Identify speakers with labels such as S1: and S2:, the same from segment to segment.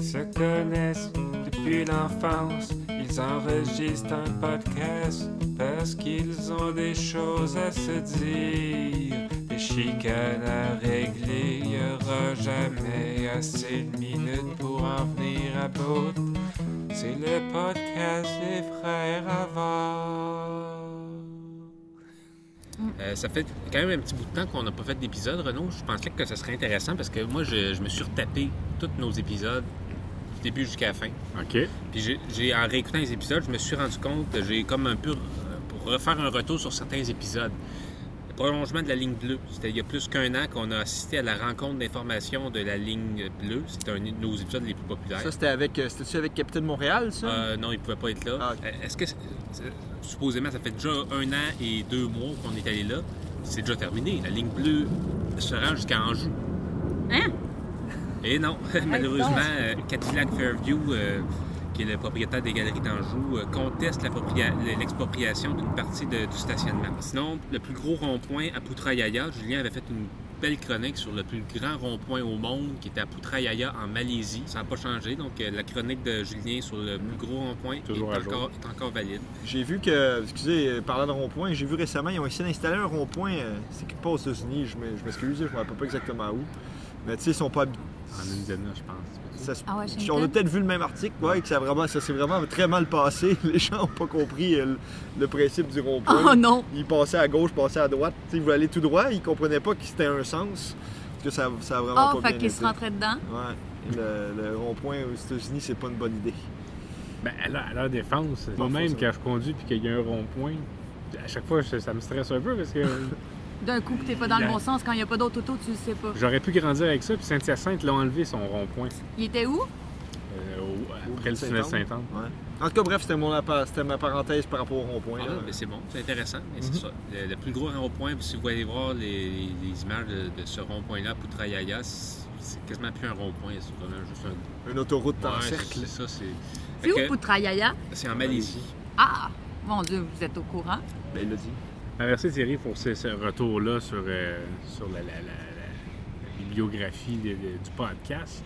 S1: se connaissent depuis l'enfance. Ils enregistrent un podcast parce qu'ils ont des choses à se dire. Des chicanes à régler, il n'y aura jamais assez de minutes pour en venir à bout. C'est le podcast des frères avant.
S2: Euh, ça fait quand même un petit bout de temps qu'on n'a pas fait d'épisode, Renaud. Je pensais que ça serait intéressant parce que moi, je, je me suis retapé tous nos épisodes, du début jusqu'à la fin.
S3: OK.
S2: Puis j'ai- j'ai, en réécoutant les épisodes, je me suis rendu compte que j'ai comme un peu euh, pour refaire un retour sur certains épisodes. Le prolongement de la ligne bleue. C'était il y a plus qu'un an qu'on a assisté à la rencontre d'information de la ligne bleue. C'était un de nos épisodes les plus populaires.
S4: Ça, c'était avec. euh, C'était-tu avec Capitaine Montréal, ça?
S2: Euh, non, il pouvait pas être là.
S4: Ah, ok.
S2: Euh, Est-ce que, c'est- c'est- supposément, ça fait déjà un an et deux mois qu'on est allé là, c'est déjà terminé. La ligne bleue se rend jusqu'à Anjou.
S5: Hein?
S2: Et non, malheureusement,
S5: donc.
S2: euh, Cadillac Fairview, euh, qui est le propriétaire des galeries d'Anjou, euh, conteste l'appropria- l'expropriation d'une partie de- du stationnement. Sinon, le plus gros rond-point à Putrajaya, Julien avait fait une belle chronique sur le plus grand rond-point au monde qui était à Putrajaya en Malaisie. Ça n'a pas changé, donc euh, la chronique de Julien sur le plus gros rond-point est,
S3: Toujours à jour.
S2: encore- est encore valide.
S4: J'ai vu que, excusez, euh, parlant de rond-point, j'ai vu récemment, ils ont essayé d'installer un rond-point, euh, c'est quelque part aux États-Unis, je m'e- je m'excuse, je ne me rappelle pas exactement où. Mais tu sais, ils sont pas. habi-
S2: En Indiana, je pense.
S4: ça se-
S5: À Washington?
S4: on a peut-être vu le même article, ouais, que ça, a vraiment, ça s'est vraiment très mal passé. Les gens n'ont pas compris euh, le, le principe du rond-point.
S5: Oh non!
S4: Ils passaient à gauche, passaient à droite. Tu sais, ils voulaient aller tout droit, ils comprenaient pas que c'était un sens. Parce que ça, ça a vraiment
S5: Oh,
S4: pas
S5: fait
S4: bien
S5: qu'il
S4: été.
S5: se rentrait dedans.
S4: Ouais. Le, le rond-point aux États-Unis, c'est pas une bonne idée.
S3: Ben, à leur, à leur défense,
S4: faut
S3: moi-même,
S4: ça.
S3: quand je conduis puis qu'il y a un rond-point, à chaque fois, je- ça me stresse un peu parce que
S5: D'un coup, que t'es pas dans le
S3: Il a-
S5: bon sens. Quand il n'y a pas d'autre auto, tu le sais pas.
S3: j'aurais pu grandir avec ça. Puis Saint-Hyacinthe l'a enlevé son rond-point
S5: Il était où?
S3: euh, au-
S4: Au
S3: après le tunnel Saint-Anne.
S4: Ouais. En tout cas, bref, c'était, mon, appa- c'était ma parenthèse par rapport au rond-point.
S2: Ah, Mm-hmm.
S4: là.
S2: ben c'est bon, c'est intéressant. mais c'est ça. Le, le plus gros rond-point, si vous allez voir les, les images de, de ce rond-point-là, à Putrajaya, c'est c'est quasiment plus un rond-point, c'est vraiment juste un
S4: Une autoroute en
S2: Ouais,
S4: cercle.
S2: c'est ça, c'est.
S5: C'est
S2: Fait
S5: où,
S2: que
S5: Putrajaya?
S2: C'est en Malaisie.
S5: Ah! Mon Dieu, vous êtes au courant.
S4: Ben, il l'a dit.
S3: Merci Thierry pour ce, ce retour-là sur, euh, sur la, la- la- la- la bibliographie de- de- du podcast.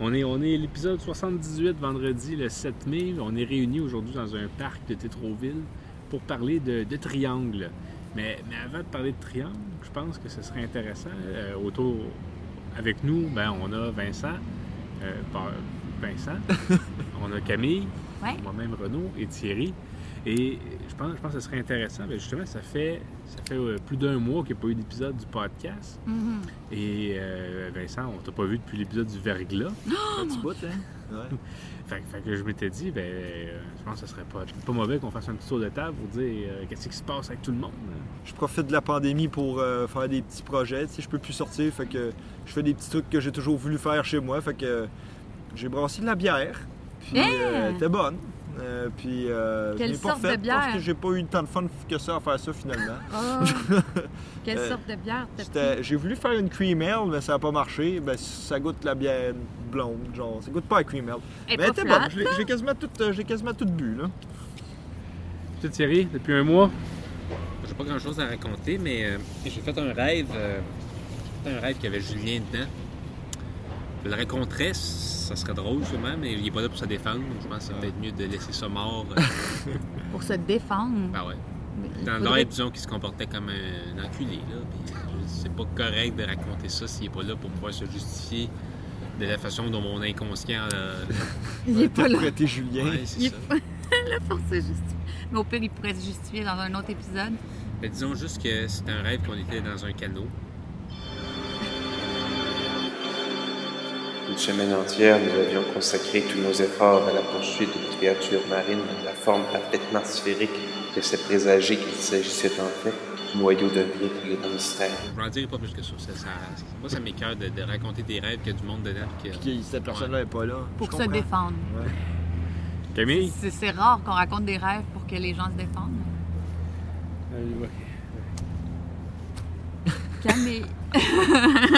S3: On est, on est à l'épisode 78, vendredi le 7 mai. On est réunis aujourd'hui dans un parc de Tétroville pour parler de, de triangle. Mais, mais avant de parler de triangle, je pense que ce serait intéressant. euh, autour, avec nous, ben, on a Vincent, euh, pas- Vincent, on a Camille,
S5: Ouais.
S3: moi-même Renaud et Thierry. Et je pense, je pense que ce serait intéressant. mais justement, ça fait, ça fait euh, plus d'un mois qu'il n'y a pas eu d'épisode du podcast.
S4: Mm-hmm.
S5: Mhm.
S3: Et euh, Vincent, on t'a pas vu depuis l'épisode du verglas.
S4: Un petit bout, hein? Ouais.
S3: Fait, que- fait que je m'étais dit, ben, euh, je pense que ce serait pas, pas mauvais qu'on fasse un petit tour de table pour dire euh, qu'est-ce qui se passe avec tout le monde.
S4: Je profite de la pandémie pour euh, faire des petits projets. Tu sais, je peux plus sortir, fait que je fais des petits trucs que j'ai toujours voulu faire chez moi. Fait que j'ai brassé de la bière. Puis
S5: Hein?
S4: euh, elle était bonne. Euh, puis euh, je
S5: Quelle
S4: l'ai pas
S5: sorte de
S4: refaite
S5: bière?
S4: parce que j'ai pas eu tant de fun que ça à faire ça finalement.
S5: Ah. Quelle
S4: Euh,
S5: sorte de bière t'as
S4: C'était-
S5: pris?
S4: J'ai voulu faire une cream ale, mais ça n'a pas marché. Ben, ça goûte la bière blonde, genre. Ça goûte pas la cream ale.
S5: Elle
S4: mais elle
S5: est pas
S4: était
S5: plate.
S4: bonne. Je l'ai- je l'ai quasiment toute, euh, je l'ai quasiment toute bu, là.
S3: Tu sais, Thierry, depuis un mois,
S2: J'ai pas grand chose à raconter, mais euh, j'ai fait un rêve. euh, j'ai fait un rêve qui avait Julien dedans. Je le raconterais, ça serait drôle sûrement, mais il est pas là pour se défendre, donc je pense que c'est peut-être mieux de laisser ça mort. euh,
S5: Pour se défendre.
S2: bah ouais.
S5: Mais il
S2: Dans le
S5: faudrait-
S2: rêve, disons qu'il se comportait comme un enculé, là. puis je- c'est pas correct de raconter ça s'il est pas là pour pouvoir se justifier de la façon dont mon inconscient. euh,
S5: Il est pas là.
S4: Interpréter Julien.
S2: ouais, c'est
S5: Il est
S2: ça.
S5: pour se justifier. Mais au pire, il pourrait se justifier dans un autre épisode.
S2: Mais disons juste que c'était un rêve qu'on était dans un canot.
S6: Une semaine entière, nous avions consacré tous nos efforts à la poursuite d'une créature marine dans la forme parfaitement sphérique que c'est présager qu'il s'agissait en fait du noyau d'un véritable mystère.
S2: Je n'en dirai pas plus que ça. ça, ça moi, ça m'écoeure de, de raconter des rêves qu'il y a du monde dedans. puis que-
S4: Puis que cette personne-là n'est pas là.
S5: Pour
S4: Je
S5: se
S4: comprends.
S5: défendre.
S4: Ouais.
S3: Camille,
S5: C'est c'est rare qu'on raconte des rêves pour que les gens se défendent. Camille,
S4: Ben,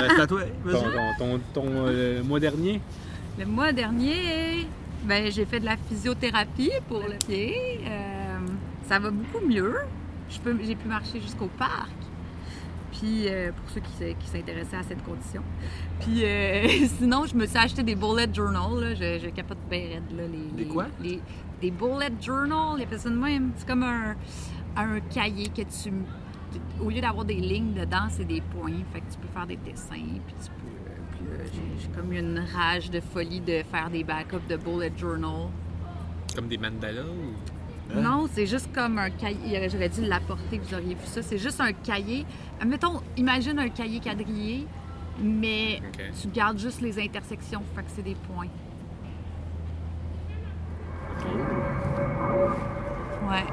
S4: c'est à toi. Vas-y.
S3: ton, ton- ton- ton, euh, mois dernier,
S5: le mois dernier, ben, j'ai fait de la physiothérapie pour le pied. Euh, ça va beaucoup mieux. Je peux- J'ai pu marcher jusqu'au parc. Puis, euh, pour ceux qui, se- qui s'intéressaient à cette condition. Puis, euh, sinon, je me suis acheté des bullet journal. là. Je, je capote bien raide, là. Les,
S4: Des
S5: les-
S4: quoi?
S5: les- des bullet journal, les personnes de même. C'est comme un, un cahier que tu... Au lieu d'avoir des lignes dedans, c'est des points. Fait que tu peux faire des dessins, puis tu peux... puis là, j'ai- j'ai comme une rage de folie de faire des backups de bullet journal.
S2: Comme des mandalas ou...
S4: Hein?
S5: Non, c'est juste comme un cahier. J'aurais dû l'apporter, vous auriez vu ça. C'est juste un cahier. Mettons, imagine un cahier quadrillé, mais
S2: OK.
S5: tu gardes juste les intersections, fait que c'est des points. Ouais.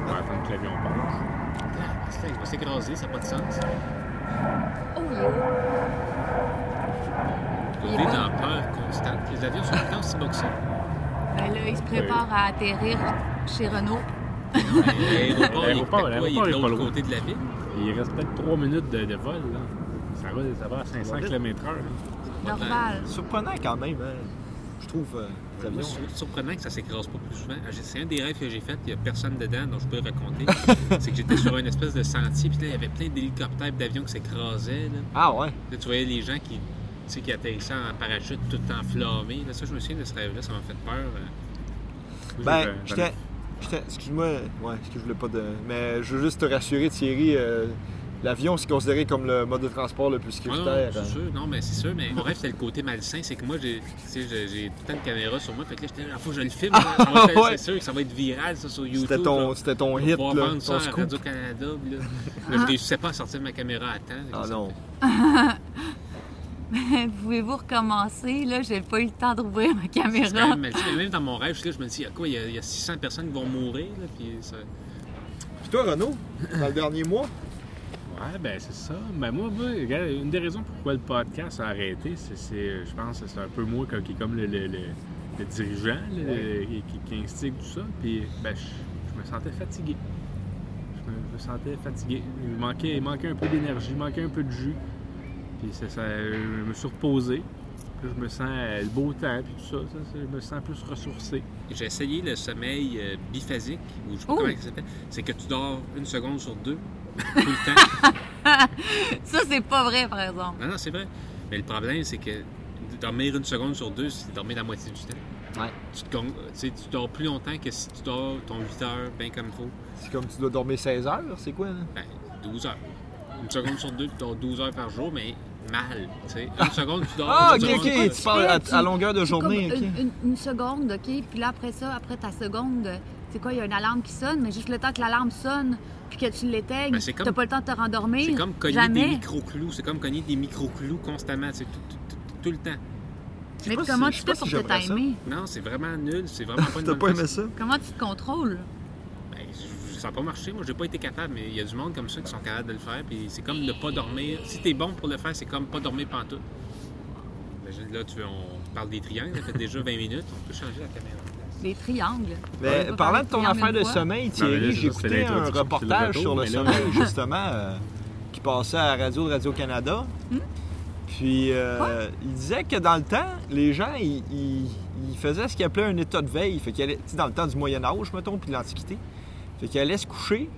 S3: On va attendre que l'avion passe.
S2: Ah, c'est- il va s'écraser, ça n'a pas de sens.
S5: Oh, yeah.
S2: On
S5: Il est
S2: est
S5: bon.
S2: en peur constante. Les avions sont tout le temps aussi bas que ça.
S5: Ben là, il se prépare à atterrir chez Renault.
S2: L'aéroport, il est
S3: L'aéroport,
S2: quoi? Il est
S3: l'aéroport est
S2: de l'autre
S3: pas loin.
S2: côté de la ville.
S3: Il reste peut-être 3 minutes de, de vol. Là. Ça, va, ça va à 500 km/h.
S5: Normal.
S4: Surprenant quand même, hein, je trouve, euh, les
S2: Moi,
S4: avions.
S2: c'est surprenant que ça s'écrase pas plus souvent. Ah, j'ai- C'est un des rêves que j'ai fait, il n'y a personne dedans, donc je peux le raconter. c'est que j'étais sur une espèce de sentier, puis là, il y avait plein d'hélicoptères et d'avions qui s'écrasaient. Là.
S4: Ah ouais?
S2: Là, tu voyais les gens qui, tu sais, qui atterrissaient en parachute tout enflammés. Là, ça, je me souviens de ce rêve-là, ça m'a fait peur. euh.
S4: Ben, j'étais. j'étais- Excuse-moi, ouais, excuse, je voulais pas de. Mais je veux juste te rassurer, Thierry, euh, l'avion, c'est considéré comme le mode de transport le plus
S2: Ah non,
S4: sécuritaire. hein.
S2: c'est sûr, non, mais c'est sûr, mais mon rêve, c'était le côté malsain, c'est que moi, j'ai tu sais, j'ai- j'ai tout le temps de caméra sur moi, fait que là, j'étais, il faut que je le filme, là. Ça va faire-
S4: Ah, ouais.
S2: c'est sûr que ça va être viral, ça, sur YouTube.
S4: C'était
S2: là.
S4: ton, c'était ton hit,
S2: On va
S4: là,
S2: vendre ça
S4: ton
S2: à
S4: scoop.
S2: Radio-Canada. puis Là, Là, je réussissais pas à sortir ma caméra à temps.
S4: Ah non.
S5: Pouvez-vous recommencer? Là, j'ai pas eu le temps d'ouvrir ma
S2: C'est quand
S5: caméra.
S2: même, malsain. même dans mon rêve, je, suis là, je me dis, il y a quoi, il y a, il y a 600 personnes qui vont mourir. Là, puis ça...
S4: Puis toi, Renaud, dans le dernier mois,
S3: Ouais, ben c'est ça. Ben moi, moi, regarde, une des raisons pourquoi le podcast a arrêté, c'est, c'est- je pense que c'est un peu moi qui qui est comme le, le- le- le dirigeant là, le- qui, qui- qui instigue tout ça. Puis ben, je, je me sentais fatigué. Je me, je me sentais fatigué. Il manquait, il manquait un peu d'énergie, il manquait un peu de jus. Puis c'est ça, je me suis reposé. Puis je me sens euh, le beau temps, puis tout ça, ça, ça, je me sens plus ressourcé.
S2: J'ai essayé le sommeil euh, biphasique, ou je sais pas
S5: Oh!
S2: comment ça s'appelle. C'est que tu dors une seconde sur deux, tout le temps.
S5: Ça, c'est pas vrai, par exemple.
S2: Non, non, c'est vrai. Mais le problème, c'est que dormir une seconde sur deux, c'est dormir la moitié du temps.
S4: Ouais.
S2: Tu, te con- tu sais, tu dors plus longtemps que si tu dors ton 8 heures, bien comme il faut.
S4: c'est comme tu dois dormir 16 heures, c'est quoi? hein?
S2: Ben, 12 heures. Une seconde sur deux, tu dors 12 heures par jour, mais mal. tu sais. Une seconde, tu dors.
S4: Ah,
S2: une
S4: ok,
S2: seconde, tu
S4: ok,
S2: dors.
S4: tu parles à,
S5: tu-
S4: à longueur de
S5: C'est comme euh,
S4: journée, ok.
S5: une, une- une seconde, OK? Puis là, après ça, après ta seconde, c'est quoi, il y a une alarme qui sonne, mais juste le temps que l'alarme sonne, puis que tu l'éteignes,
S2: Ben, c'est comme-
S5: t'as pas le temps de te rendormir.
S2: C'est comme cogner
S5: Jamais.
S2: des micro-clous. C'est comme cogner des micro-clous constamment, tu sais, tout, tout- tout- tout le temps.
S5: Mais
S4: pas si-
S5: comment
S4: je sais
S5: tu
S4: pas
S5: fais
S4: si
S5: pour
S4: j'aimerais
S5: te timer?
S2: Non, c'est vraiment nul. C'est vraiment pas une
S4: T'as
S2: bonne
S4: pas aimé
S2: façon.
S4: ça?
S5: Comment tu te contrôles?
S2: Ben, je- ça n'a pas marché. Moi, j'ai pas été capable, mais il y a du monde comme ça qui sont capables de le faire. Puis c'est comme ne pas dormir. Si t'es bon pour le faire, c'est comme pas dormir pantoute. Imagine, là, tu veux, on parle des triangles. Ça fait déjà 20 minutes. On peut changer la caméra.
S5: Les triangles.
S4: Mais
S5: On peut
S4: Ben, parlant
S5: parler
S4: de ton
S5: triangle
S4: affaire
S5: une
S4: de
S5: fois.
S4: sommeil,
S3: Non, mais là,
S4: Thierry,
S3: c'est
S4: j'ai
S3: ça, c'était
S4: écouté un
S3: l'introduction,
S4: reportage
S3: c'est le
S4: sur le
S3: retour, mais là-
S4: sommeil, justement, euh, qui passait à la radio de Radio-Canada. Puis, euh, il disait que dans le temps, les gens, ils, ils- ils faisaient ce qu'ils appelait un état de veille. Fait qu'ils allaient- tu sais, dans le temps du Moyen-Âge, mettons, puis de l'Antiquité. Fait qu'ils allaient se coucher.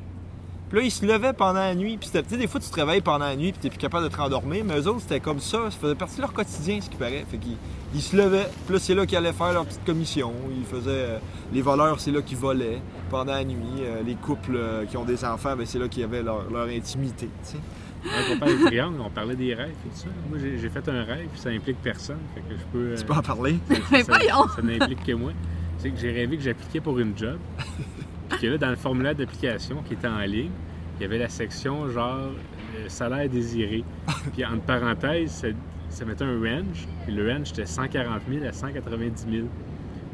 S4: Puis là, ils se levaient pendant la nuit. Puis, c'était- tu sais, des fois, tu te réveilles pendant la nuit, puis t'es plus capable de te rendormir. Mais eux autres, c'était comme ça. Ça faisait partie de leur quotidien, ce qui paraît. Fait qu'ils ils se levaient. Puis là, c'est là qu'ils allaient faire leur petite commission. Ils faisaient. euh, les voleurs, c'est là qu'ils volaient pendant la nuit. Euh, les couples euh, qui ont des enfants, ben, c'est là qu'ils avaient leur, leur intimité. tu sais.
S3: Quand on parlait des triangles, on parlait des rêves et tout ça. Moi, j'ai, j'ai fait un rêve, puis ça implique personne. Fait que je peux. euh,
S4: Tu peux en parler?
S5: Mais
S3: ça,
S5: voyons!
S3: ça n'implique que moi. C'est que j'ai rêvé que j'appliquais pour une job. Puis que là, dans le formulaire d'application qui était en ligne, il y avait la section genre euh, salaire désiré. Puis entre parenthèses, ça, ça mettait un range. Puis le range, c'était 140 000 à 190 000.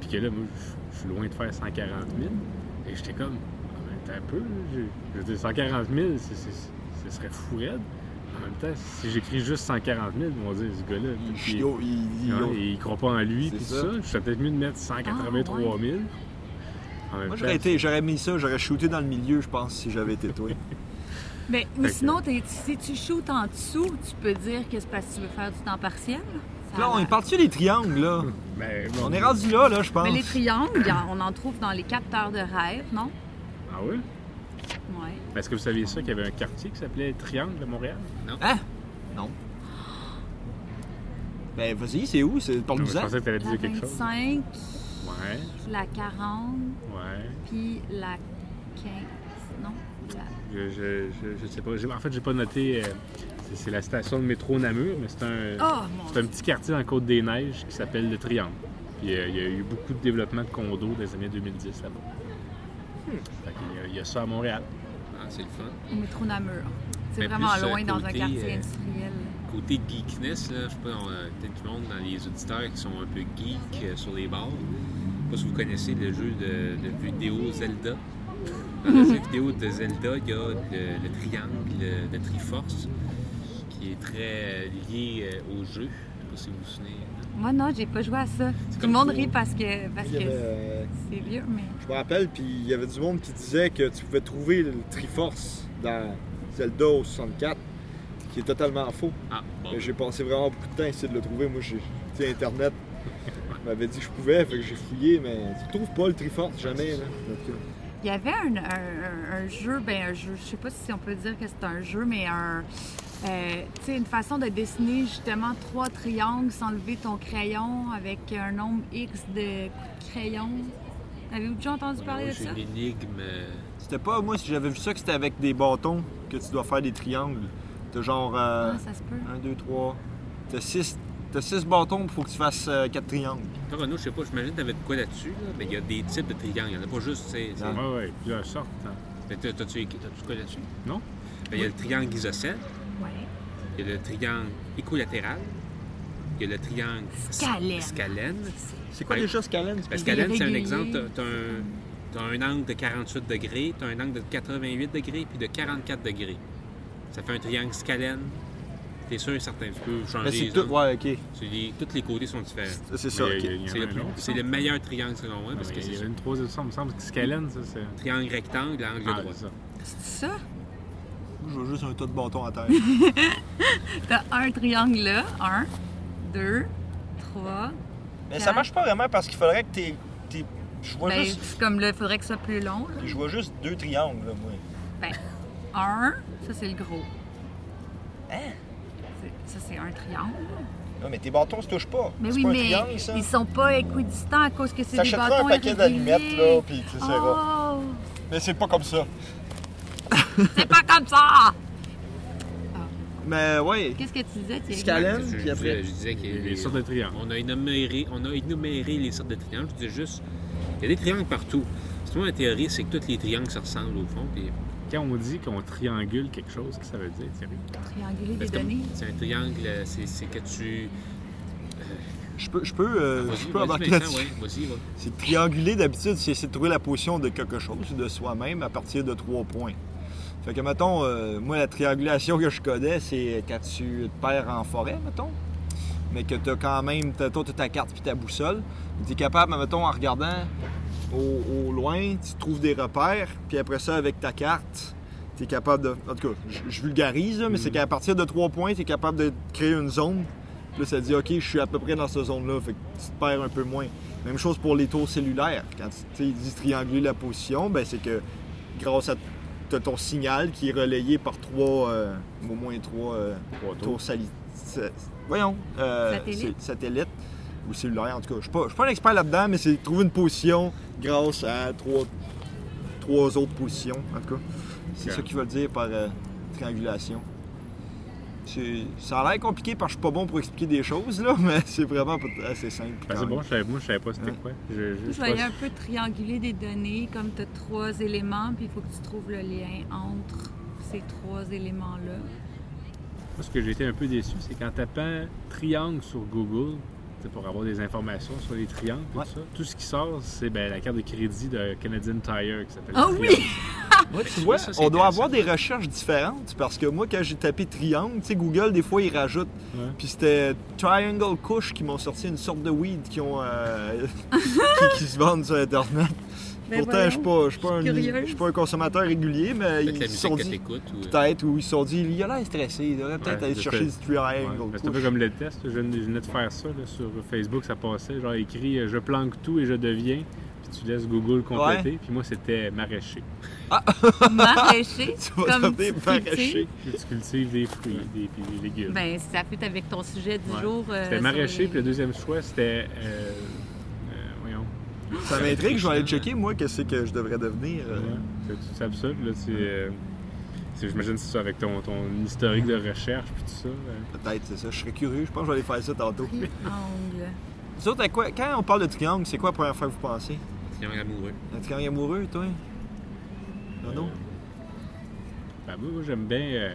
S3: Puis que là, moi, je je suis loin de faire 140 000. Et j'étais comme, Ah, ben, t'as un peu, là, je- je veux dire, 140 000, c'est- c'est- ce serait fou raide. En même temps, si j'écris juste 140 000, ils vont dire, ce gars-là,
S4: Ils
S3: il-
S4: chiotent, ils- ils-
S3: Ouais, et il croit pas en lui,
S4: C'est
S3: puis tout
S4: ça.
S3: ça. Je serais peut-être mieux de mettre 183 000. En même
S4: Moi,
S3: temps,
S4: j'aurais, été, j'aurais mis ça, j'aurais shooté dans le milieu, je pense, si j'avais été toi.
S5: Mais, ou
S3: Fait que-
S5: sinon, t'es- si tu shoots en dessous, tu peux dire que c'est parce que tu veux faire du temps partiel. Ça-
S4: Là, on est parti des triangles, là.
S3: ben, bon.
S4: On est rendu là, là, je pense.
S5: Mais les triangles, on en trouve dans les capteurs de rêve, non?
S3: Ah ouais?
S5: Ouais.
S3: Mais Est-ce que vous saviez ça qu'il y avait un quartier qui s'appelait Triangle à Montréal?
S4: Hein? Non. Ben, vas-y, c'est où? C'est
S3: Non, mais
S4: parle-nous-en.
S3: je pensais que tu allais
S5: La
S3: dire quelque chose.
S5: 25,
S3: Ouais,
S5: la 40,
S3: ouais.
S5: puis la 15. Non? La...
S3: Je, je, je, je sais pas. J'ai- En fait, j'ai pas noté. euh, c'est- c'est la station de métro Namur, mais c'est un,
S5: Oh, mon
S3: c'est un petit quartier en Côte-des-Neiges qui s'appelle le Triangle. Puis euh, il y a eu beaucoup de développement de condos dans les années 2010 là-bas.
S4: Hmm.
S3: Fait qu'il y a- il y, a ça à Montréal.
S2: Ah, c'est le fun.
S5: Au métro Namur. C'est
S2: Mais
S5: vraiment
S2: plus, euh,
S5: loin dans un
S2: côté,
S5: quartier
S2: euh,
S5: industriel.
S2: Côté geekness, là, je sais pas, on a peut-être du monde dans les auditeurs qui sont un peu geeks euh, sur les bars. Je sais pas si vous connaissez le jeu de, de vidéo Zelda. Dans le jeu vidéo de Zelda, il y a le, le triangle, euh, le Triforce, qui est très euh, lié euh, au jeu. Je sais pas si vous vous souvenez.
S5: Moi, non, j'ai pas joué à ça. Tout
S2: comme
S5: le monde
S2: trop-
S5: rit parce que parce
S4: Il y
S5: que
S4: avait, euh,
S5: c'est vieux, mais.
S4: Je me rappelle, puis il y avait du monde qui disait que tu pouvais trouver le Triforce dans Zelda au 64, qui est totalement faux.
S2: Ah, bon.
S4: Mais J'ai passé vraiment beaucoup de temps à essayer de le trouver. Moi, j'ai tu sais, Internet m'avait dit que je pouvais, fait que j'ai fouillé, mais tu trouves pas le Triforce jamais. Là. euh,
S5: Il y avait un, un- un- un jeu, ben un jeu, je sais pas si on peut dire que c'est un jeu, mais un. euh, tu sais, une façon de dessiner justement trois triangles sans lever ton crayon avec un nombre X de coups de crayon. Avez-vous déjà entendu parler de
S2: J'ai
S5: ça?
S2: une énigme. euh,
S4: C'était pas, moi, si j'avais vu ça, que c'était avec des bâtons que tu dois faire des triangles. T'as genre euh,
S5: Ah, ça se peut.
S4: 1, 2, 3, t'as 6 bâtons, il faut que tu fasses 4 triangles.
S2: Toi, Renaud, je sais pas, j'imagine que t'avais de quoi là-dessus, là, mais il y a des types de triangles. Il n'y en a pas juste, tu sais. c'est-
S4: Non.
S3: Ouais, ouais, plusieurs sortes. hein.
S2: Mais t'as- T'as-tu t'as-tu de quoi là-dessus?
S3: Non.
S2: Ben, il y a le triangle isocèle,
S5: Ouais.
S2: il y a le triangle équilatéral, il y a le triangle
S5: Scalène.
S2: scalène.
S4: ben, C'est
S2: quoi déjà,
S4: ce scalène?
S2: La scalène, c'est un
S5: Irrégulier.
S2: exemple. t'as- T'as un, t'as un angle de 48 degrés, t'as un angle de 88 degrés, puis de 44 degrés. Ça fait un triangle scalène. T'es sûr et certain, tu peux changer
S4: Mais c'est
S2: les
S3: Ben,
S4: tout,
S2: angles.
S4: ouais, ok.
S2: C'est les- Tous les côtés sont différents.
S4: C'est ça,
S3: Mais il y a-
S4: ok.
S3: il y en a
S2: C'est le,
S3: un
S2: plus-
S3: autre.
S2: c'est le meilleur triangle selon moi,
S3: Non,
S2: parce
S3: Ah, mais
S2: que
S3: Il y en
S2: c'est
S3: a une troisième sorte, il me semble. Scalène, ça, c'est.
S2: triangle rectangle, angle
S3: Ah,
S2: droit.
S3: c'est ça.
S5: C'est ça?
S4: Je veux juste un tas de bâtons à terre.
S5: T'as un triangle là, un, deux, trois.
S4: Mais ça marche pas vraiment parce qu'il faudrait que t'es. t'es- Je vois
S5: Ben,
S4: juste.
S5: c'est comme là, il faudrait que ce soit plus long. là. Ben,
S4: Je vois juste deux triangles, là, moi.
S5: Un, ça c'est le gros.
S4: Hein?
S5: C'est- Ça c'est un triangle.
S4: Non, mais tes bâtons se touchent pas.
S5: Mais
S4: c'est
S5: oui,
S4: pas un
S5: mais
S4: triangle, ça.
S5: ils sont pas équidistants à cause que c'est des
S4: T'achèteras
S5: bâtons
S4: un paquet d'allumettes, là,
S5: irréguliers.
S4: puis tu sais, va.
S5: Oh,
S4: Mais c'est pas comme ça.
S5: c'est pas comme ça!
S4: Mais ouais.
S5: Qu'est-ce que tu disais, Thierry?
S4: Scalène.
S2: Je- je-
S4: puis après-
S2: Je, disais qu'il y a
S3: Les
S2: des-
S3: sortes de triangles.
S2: On a, énuméré, on a énuméré les sortes de triangles. Je disais juste, il y a des triangles partout. C'est moi la théorie, c'est que tous les triangles se ressemblent au fond. Puis,
S3: Quand on dit qu'on triangule quelque chose, qu'est-ce que ça veut dire, Thierry?
S5: Trianguler des
S2: parce que
S5: données.
S2: c'est un triangle, euh, c'est c'est que tu.
S4: Je peux, je peux, euh, je
S2: Vas-y,
S4: peux
S2: vas-y,
S4: embarquer
S2: Vincent,
S4: là-dessus.
S2: ouais, vas-y, va.
S4: C'est trianguler d'habitude, c'est essayer de trouver la position de quelque chose, de soi-même, à partir de trois points. Fait que, mettons, euh, moi, la triangulation que je connais, c'est quand tu te perds en forêt, mettons, mais que tu as quand même, t'as t'as ta carte puis ta boussole. Tu es capable, mettons, en regardant au, au loin, tu trouves des repères, puis après ça, avec ta carte, tu es capable de. En tout cas, je, je vulgarise, là, mais c'est qu'à partir de trois points, tu es capable de créer une zone. Puis Là, ça dit, OK, je suis à peu près dans cette zone-là, fait que tu te perds un peu moins. Même chose pour les tours cellulaires. Quand tu tu sais, ils disent trianguler la position, ben c'est que grâce à t'as ton signal qui est relayé par trois, euh, au moins trois euh,
S3: Trois tours.
S4: tours sali- sa- voyons, euh,
S5: Satellite.
S4: c'est- satellites ou cellulaires. En tout cas, je suis pas, je suis pas un expert là-dedans, mais c'est trouver une position grâce à trois, trois autres positions. En tout cas, c'est
S3: Ok.
S4: ça qu'ils veulent dire par euh, triangulation. C'est- Ça a l'air compliqué parce que je suis pas bon pour expliquer des choses, là, mais c'est vraiment pas- assez simple.
S3: Ben,
S4: quand
S3: c'est
S4: même.
S3: bon, je savais, moi, je savais pas c'était
S4: Ouais.
S3: quoi. Je, je- je
S5: Tu
S3: sais
S5: vas
S3: pas
S5: aller
S3: si-
S5: un peu trianguler des données, comme tu as trois éléments, puis il faut que tu trouves le lien entre ces trois éléments-là.
S3: Moi, ce que j'ai été un peu déçu, c'est qu'en tapant triangle sur Google, c'est pour avoir des informations sur les triangles, tout
S4: Ouais.
S3: ça, tout ce qui sort, c'est ben, la carte de crédit de Canadian Tire qui s'appelle
S5: Ah
S3: Triangle.
S5: oui!
S4: Ouais, tu
S2: Mais
S4: vois,
S2: Ben, ça, c'est
S4: on doit
S2: intéressant.
S4: avoir des recherches différentes parce que moi, quand j'ai tapé triangle, tu sais, Google, des fois, il rajoute.
S3: Ouais.
S4: Puis c'était Triangle Kush qui m'ont sorti une sorte de weed qui ont euh, qui, qui se vendent sur Internet.
S5: Ben
S4: Pourtant, je suis pas, je suis pas,
S5: Je suis
S4: un-
S5: curieuse.
S4: je suis pas un consommateur régulier, mais
S2: Peut-être
S4: ils
S2: la
S4: se sont
S2: musique que
S4: dit
S2: t'écoutes. Ou...
S4: peut-être ou ils se sont dit, il a l'air stressé, il devrait peut-être
S3: Ouais,
S4: aller
S3: c'est
S4: chercher
S3: ça.
S4: du Triangle
S3: Ouais, ben, C'est un peu
S4: Kush.
S3: comme le test. Je venais je venais de faire ça là, sur Facebook, ça passait. Genre écrit euh, Je planque tout et je deviens. puis tu laisses Google compléter. Puis moi, c'était maraîcher.
S5: Maraîcher.
S4: Tu vas
S5: comme
S4: t'appeler
S5: tu dis,
S4: maraîcher.
S3: Puis tu cultives des fruits, des, puis des
S5: tu sais.
S3: légumes.
S5: Ben, ça fait avec ton sujet du
S3: Ouais.
S5: jour. euh,
S3: c'était
S5: sur
S3: maraîcher,
S5: les-
S3: puis le deuxième choix, c'était. euh, euh, voyons.
S4: Ça m'intrigue, je vais aller checker, moi, qu'est-ce que je devrais devenir. euh.
S3: Ouais. C'est- C'est absurde, là. tu, euh, tu- J'imagine que c'est ça avec ton, ton historique de recherche, puis tout ça. euh.
S4: Peut-être, c'est ça. Je serais curieux. Je pense que je vais aller faire ça tantôt.
S5: Triangle.
S4: Vous autres, à quoi- quand on parle de triangle, c'est quoi la première fois que vous pensez
S2: C'est vraiment euh, amoureux.
S4: Un triangle amoureux, toi Non, non.
S3: Ben, moi, moi, j'aime bien. euh,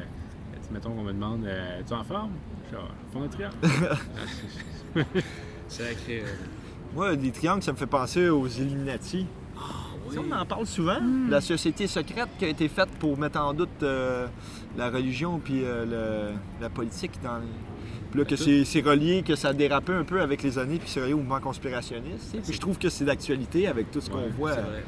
S3: tu sais, mettons qu'on me demande euh, Es-tu en forme Je suis en forme de triangle.
S2: Sacré. euh,
S4: Moi, les triangles, ça me fait penser aux Illuminati.
S2: oui.
S4: Si on en parle souvent, la société secrète qui a été faite pour mettre en doute euh, la religion puis euh, le- la politique dans les- Puis là, que c'est c'est relié, que ça dérapait un peu avec les années, puis c'est relié au mouvement conspirationniste. tu sais. Puis je trouve que c'est d'actualité avec tout ce qu'on
S3: Ouais,
S4: voit.
S2: C'est vrai.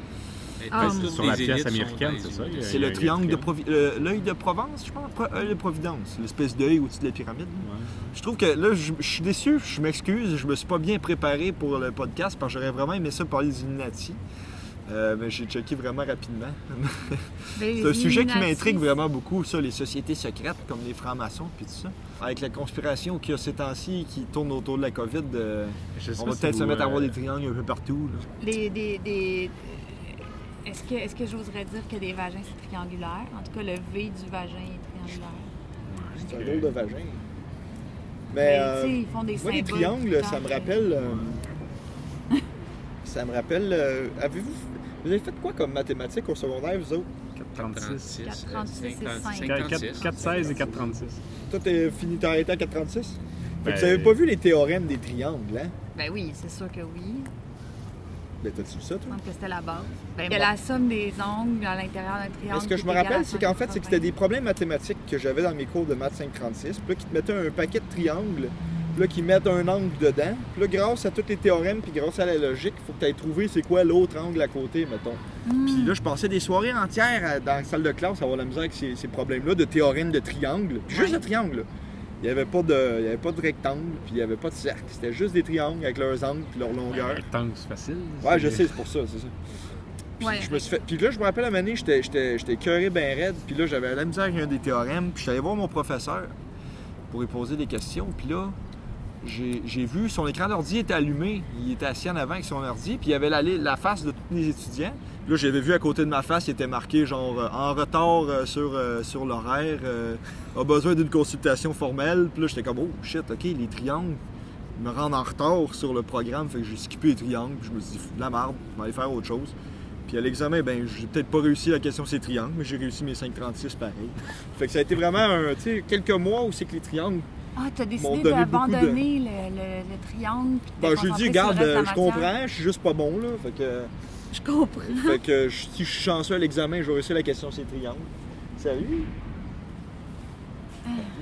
S2: Et
S5: Ah,
S2: toutes
S5: mon
S2: les
S3: Sur la pièce
S2: élites sont
S3: américaine,
S2: dans
S3: c'est
S2: les
S3: ça
S2: élites.
S3: il y a-
S4: C'est
S3: il y a
S4: le
S3: un
S4: triangle de Provi- le- l'œil de Provence, je pense, Pro- œil de Providence, l'espèce d'œil au-dessus de la pyramide.
S3: Ouais.
S4: Je trouve que là, je, je suis déçu, je m'excuse, je me suis pas bien préparé pour le podcast parce que j'aurais vraiment aimé ça parler des Illuminati. Euh, mais j'ai checké vraiment rapidement.
S5: Ben,
S4: C'est un
S5: les
S4: sujet qui
S5: Illuminati,
S4: m'intrigue vraiment beaucoup, ça, les sociétés secrètes comme les francs-maçons puis tout ça. Avec la conspiration qu'il y a ces temps-ci qui tourne autour de la COVID, euh,
S3: Je sais
S4: on
S3: pas
S4: va
S3: si
S4: peut-être se
S3: vous,
S4: mettre à avoir
S3: euh,
S4: des triangles un peu partout. là.
S5: Des, des, des... Est-ce que, est-ce que j'oserais dire que des vagins, c'est triangulaire? En tout cas, le V du vagin est triangulaire.
S4: C'est
S3: Ok.
S4: un drôle de vagin.
S5: Mais,
S4: Mais euh,
S5: Ben, tu sais, ils font des
S4: moi, les
S5: symboles
S4: triangles,
S5: tout
S4: ça me
S5: le temps.
S4: rappelle. euh, ça me rappelle. euh, Avez-vous. Vous avez fait quoi comme mathématiques au secondaire, vous autres
S3: 436.
S2: 36,
S5: 436,
S2: 56,
S3: 4, 416 et 436.
S4: Toi, t'es fini, t'as arrêté à 436 Fait que
S3: Ben,
S4: Vous avez pas vu les théorèmes des triangles, hein
S5: Ben oui, c'est sûr que oui.
S4: Ben, t'as-tu vu ça,
S5: Je
S4: toi
S5: pense que c'était la base. Ben, Il y a
S4: moi-
S5: la somme des ongles à l'intérieur d'un triangle.
S4: Mais ce que je
S5: qui
S4: me
S5: est égal à
S4: rappelle, c'est qu'en fait, c'est que c'était
S5: 180.
S4: des problèmes mathématiques que j'avais dans mes cours de maths 536, puis là, qui te mettaient un paquet de triangles, puis là, qui mettent un angle dedans, puis là, grâce à tous les théorèmes, puis grâce à la logique, il faut que tu aies trouvé c'est quoi l'autre angle à côté, mettons. Puis là, je passais des soirées entières à- dans la salle de classe à avoir la misère avec ces, ces problèmes-là de théorèmes de triangle, puis juste de triangle. Il n'y avait, pas de- il y avait pas de rectangle, puis il n'y avait pas de cercle. C'était juste des triangles avec leurs angles puis leur longueur.
S3: Rectangle, c'est facile.
S4: Ouais,
S3: c'est-
S4: je sais, c'est pour ça, c'est ça. Puis,
S5: Ouais.
S4: je me suis fait... puis là, je me rappelle à Mané, j'étais, j'étais, j'étais cœuré ben raide, puis là, j'avais la misère avec un des théorèmes, puis j'allais voir mon professeur pour lui poser des questions, puis là, j'ai, j'ai vu, son écran d'ordi était allumé, il était assis en avant avec son ordi, puis il y avait la, li- la face de tous les étudiants. Puis là, j'avais vu à côté de ma face, il était marqué genre euh, en retard euh, sur, euh, sur l'horaire, euh, a besoin d'une consultation formelle, puis là, j'étais comme, oh shit, ok, les triangles me rendre en retard sur le programme, fait que j'ai skippé les triangles, puis je me suis dit, Fou de la marde, je vais aller faire autre chose. Puis à l'examen, ben, j'ai peut-être pas réussi la question c'est triangles, mais j'ai réussi mes 5,36 pareil. Fait que ça a été vraiment un, tu sais, quelques mois où c'est que les triangles.
S5: Ah, t'as décidé
S4: m'ont donné beaucoup de-
S5: d'abandonner le, le- le triangle. puis de te
S4: Ben, j'ai
S5: concentrer
S4: dit,
S5: sur
S4: regarde,
S5: le reste de la
S4: je
S5: matière.
S4: comprends, je suis juste pas bon, là. Fait que,
S5: Je comprends.
S4: fait que je- si je suis chanceux à l'examen, j'ai réussi la question c'est triangles. Salut!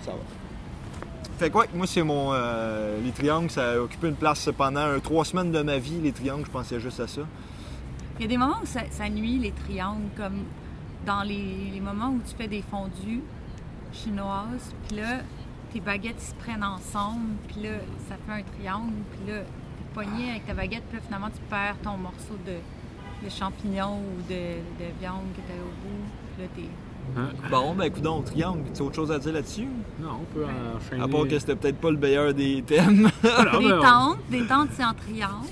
S4: Ça va. Fait quoi, moi, c'est mon. euh, les triangles, ça a occupé une place pendant euh, trois semaines de ma vie, les triangles, je pensais juste à ça.
S5: Il y a des moments où ça, ça nuit les triangles, comme dans les, les moments où tu fais des fondues chinoises, puis là, tes baguettes se prennent ensemble, puis là, ça fait un triangle, puis là, t'es pogné avec ta baguette, puis là, finalement, tu perds ton morceau de, de champignon ou de, de viande que t'as au bout, puis là, t'es...
S4: Bon, ben, coudon, triangle, tu as autre chose à dire là-dessus?
S3: Non, on peut enchaîner.
S4: À part que c'était peut-être pas le meilleur des thèmes.
S3: Voilà,
S5: Des
S3: ben, on-
S5: tentes, des tentes, c'est en triangle.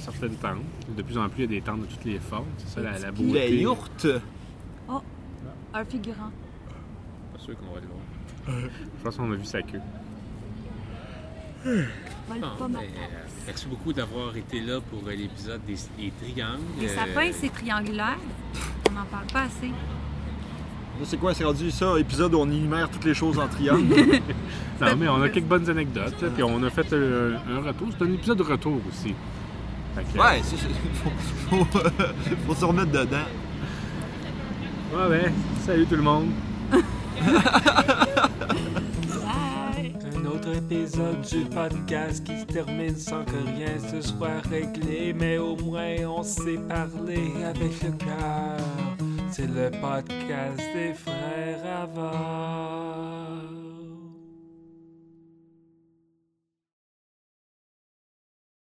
S3: certaines tentes. De plus en plus, il y a des tentes de toutes les formes. C'est ça la, la beauté.
S4: Les yourtes.
S5: Un figurant.
S2: Pas sûr qu'on va le voir.
S3: Je pense qu'on a vu sa queue.
S5: Vole
S2: Bon,
S5: pas ma
S2: ben,
S5: tête.
S2: euh, merci beaucoup d'avoir été là pour euh, l'épisode des, des triangles.
S5: Les
S2: Euh,
S5: sapins, c'est triangulaire. On n'en parle pas assez.
S4: Là, c'est quoi, c'est rendu ça, épisode où on énumère toutes les choses en triangle?
S3: Non, mais on a quelques bonnes anecdotes. là, Puis on a fait euh, un retour. C'est un épisode de retour aussi. Fait que,
S4: ouais, c'est, c'est- faut, faut, euh, faut se remettre dedans.
S3: Ouais, ouais. Salut tout le monde.
S5: Bye!
S1: Un autre épisode du podcast qui se termine sans que rien se soit réglé, mais au moins on s'est parlé avec le cœur. C'est le podcast des frères avant.